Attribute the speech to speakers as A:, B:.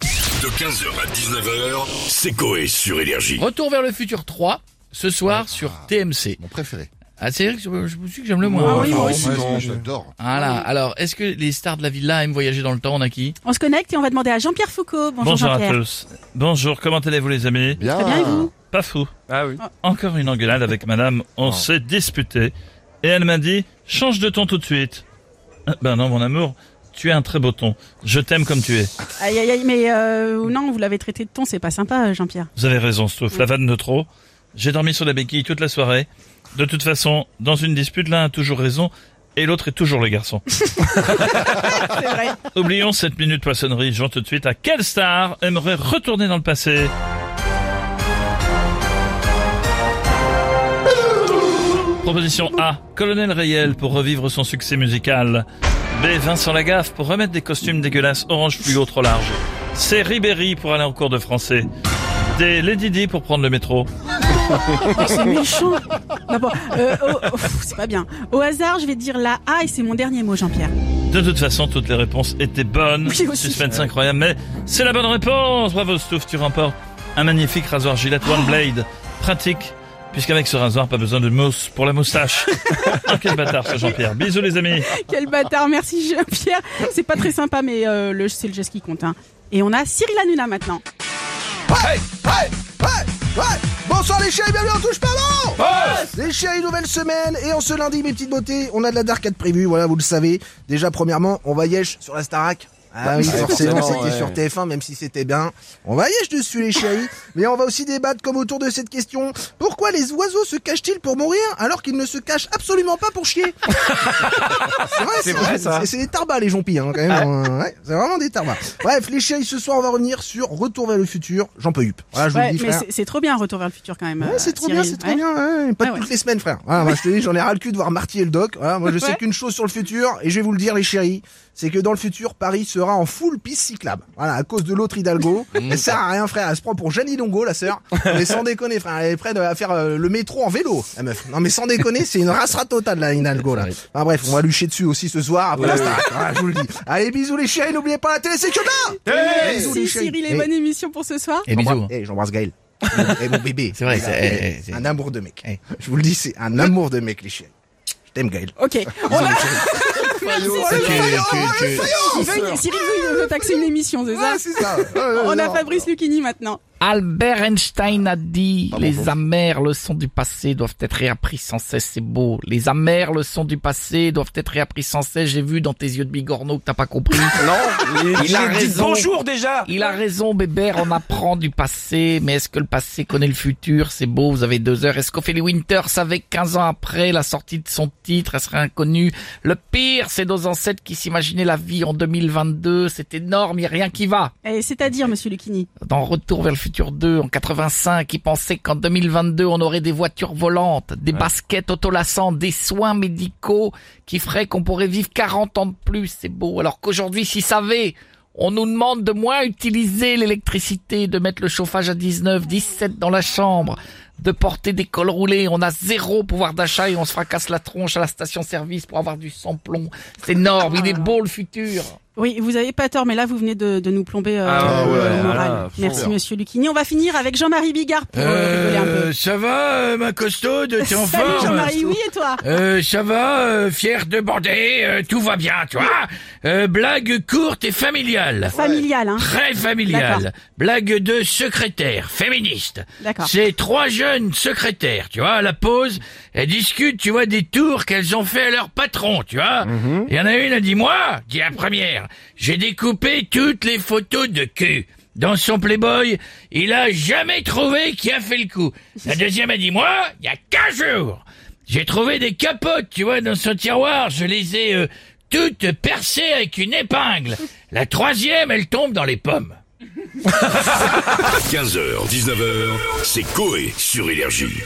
A: De 15h à 19h, c'est Coé sur Énergie.
B: Retour vers le futur 3, ce soir sur TMC.
C: Mon préféré.
B: Ah, c'est vrai que je, je me suis que j'aime le moins.
D: Ah
E: oui, Ah, moi
C: Ouais,
E: aussi.
C: ouais, J'adore.
B: Voilà. Alors, est-ce que les stars de la villa aiment voyager dans le temps On a qui
E: On se connecte et on va demander à Jean-Pierre Foucault. Bonjour,
D: Bonjour à
E: Jean-Pierre.
D: tous. Bonjour, comment allez-vous les amis
C: Bien.
E: Très bien et vous
D: Pas fou. Ah oui. Ah. Encore une engueulade avec madame, on s'est disputé. Et elle m'a dit, change de ton tout de suite. Ah, Ben non mon amour, tu es un très beau ton. Je t'aime comme tu es.
E: Aïe, aïe, aïe, mais euh, non, vous l'avez traité de ton, c'est pas sympa, euh, Jean-Pierre.
D: Vous avez raison, Stouff, la vanne de trop. J'ai dormi sur la béquille toute la soirée. De toute façon, dans une dispute, l'un a toujours raison et l'autre est toujours le garçon.
E: C'est vrai.
D: Oublions cette minute poissonnerie, jouons tout de suite à quelle star aimerait retourner dans le passé Proposition A, Colonel Rayel pour revivre son succès musical. B, Vincent Lagaffe pour remettre des costumes dégueulasses orange fluo trop large. C, Ribéry pour aller en cours de français. D, Lady Di pour prendre le métro.
E: Oh, c'est méchant. Non, bon, euh, oh, oh, pff, c'est pas bien. Au hasard, je vais dire la A et c'est mon dernier mot, Jean-Pierre.
D: De toute façon, toutes les réponses étaient bonnes.
E: Oui, aussi.
D: Suspense incroyable, mais c'est la bonne réponse. Bravo, Stouff, tu remportes un magnifique rasoir Gillette One Blade. Pratique, puisqu'avec ce rasoir, pas besoin de mousse pour la moustache. Ah, quel bâtard, ce Jean-Pierre. Bisous, les amis.
E: Quel bâtard, merci Jean-Pierre. C'est pas très sympa, mais euh, le, c'est le geste qui compte. hein. Et on a Cyril Hanouna maintenant.
F: Hey, hey, hey, hey. Bonsoir les chéris, bienvenue, on touche pas bon Les chéris, nouvelle semaine, et en ce lundi, mes petites beautés, on a de la dark de prévue, voilà, vous le savez. Déjà, premièrement, on va yesh sur la Starac. Ah oui, forcément, c'était sur TF1, même si c'était bien. On va yesh dessus, les chéris. Mais on va aussi débattre comme autour de cette question. Pourquoi les oiseaux se cachent-ils pour mourir alors qu'ils ne se cachent absolument pas pour chier C'est vrai, c'est vrai, ça. C'est- C'est des tarbas, les jompies, hein, quand même. euh, ouais, c'est vraiment des tarbas. Bref, les chéris, ce soir, on va revenir sur Retour vers le futur. J'en peux yup. Voilà, Ah, je vous
E: Ouais,
F: le dis,
E: mais
F: frère.
E: c'est, c'est trop bien, Retour vers le futur quand même.
F: Ouais,
E: euh,
F: c'est trop
E: Cyril.
F: bien, c'est trop
E: Ouais.
F: bien. ouais, pas
E: Ah
F: de toutes
E: ouais.
F: les semaines, frère. Voilà, moi, je te dis, j'en ai ras le cul de voir Marty et le doc. Voilà, moi, je sais
E: Ouais.
F: qu'une chose sur le futur, et je vais vous le dire, les chéris, c'est que dans le futur, Paris sera en full piste cyclable. Voilà, à cause de l'autre Hidalgo. elle sert à rien, frère. Elle se prend pour Jenny Longo, la sœur. Mais sans déconner, frère. Elle est prête à faire euh, le métro en vélo, la meuf. Non, mais sans déconner, c'est une race totale, la Hidalgo, là. Enfin, bref, on va lucher dessus aussi ce soir, après la Starac. Voilà, je vous le dis. Allez, bisous, les chéris. N'oubliez pas la télé, c'est que là! Bisous, les
E: Merci
F: chéris.
E: Cyril et
F: Hey.
E: bonne émission pour ce soir.
B: Et
F: J'embrasse-
B: bisous. hein.
F: eh, J'embrasse Gaël. Et mon bébé.
B: C'est vrai,
F: Il a-
B: c'est- eh, eh, c'est-
F: un amour de mec.
B: Eh.
F: Je vous le dis, c'est un amour de mec, les chiens. Je t'aime, Gaël.
E: Ok. On a... Merci, Cyril.
B: Tu- tu- tu-
E: Il veut- Cyril veut, veut taxer une émission, c'est ça
F: Ouais, c'est ça.
E: On a Fabrice Lucchini maintenant.
G: Albert Einstein a dit Les amères leçons du passé doivent être réapprises sans cesse, c'est beau. Les amères leçons du passé doivent être réapprises sans cesse. J'ai vu dans tes yeux de bigorneau que t'as pas compris.
H: Non, il,
G: Il a
H: dit
G: raison.
H: bonjour déjà.
G: Il a raison, Bébert, on apprend du passé, mais est-ce que le passé connaît le futur C'est beau, vous avez deux heures. Est-ce qu'Ophélie Winter savait que 15 ans après la sortie de son titre, elle serait inconnue Le pire, c'est nos ancêtres qui s'imaginaient la vie en 2022. C'est énorme, y a rien qui va.
E: Eh, C'est-à-dire, monsieur Lucchini.
G: dans Retour vers le futur 2 en 85 qui pensait qu'en 2022 on aurait des voitures volantes, des baskets autolassantes, des soins médicaux qui feraient qu'on pourrait vivre 40 ans de plus, c'est beau. Alors qu'aujourd'hui, si savait, on nous demande de moins utiliser l'électricité, de mettre le chauffage à 19, 17 dans la chambre, de porter des cols roulés, on a zéro pouvoir d'achat et on se fracasse la tronche à la station-service pour avoir du sans-plomb. C'est énorme, il est beau le futur.
E: Oui, vous avez pas tort, mais là, vous venez de, de nous plomber euh,
H: Ah
E: le
H: ouais,
E: moral.
H: là, faut
E: Merci,
H: faire.
E: monsieur Lucchini. On va finir avec Jean-Marie Bigard pour euh, rigoler un peu.
I: ça va, euh, ma costaude, t'es en
E: Salut
I: forme
E: Jean-Marie, oui, et toi
I: euh, ça va, euh, fier de bander, euh, tout va bien, toi euh, Blague courte et familiale,
E: Familial, hein
I: très familiale.
E: D'accord.
I: Blague de secrétaire, féministe.
E: D'accord.
I: C'est trois jeunes secrétaires, tu vois, à la pause, elles discutent, tu vois, des tours qu'elles ont fait à leur patron, tu vois. Il y en a une, elle dit, moi, dit la première, j'ai découpé toutes les photos de cul. Dans son Playboy, il a jamais trouvé qui a fait le coup. La deuxième a dit, moi, il y a 15 jours, j'ai trouvé des capotes, tu vois, dans son tiroir, je les ai euh, toutes percées avec une épingle. La troisième, elle tombe dans les pommes.
A: 15h, 19h, c'est Coé sur Énergie.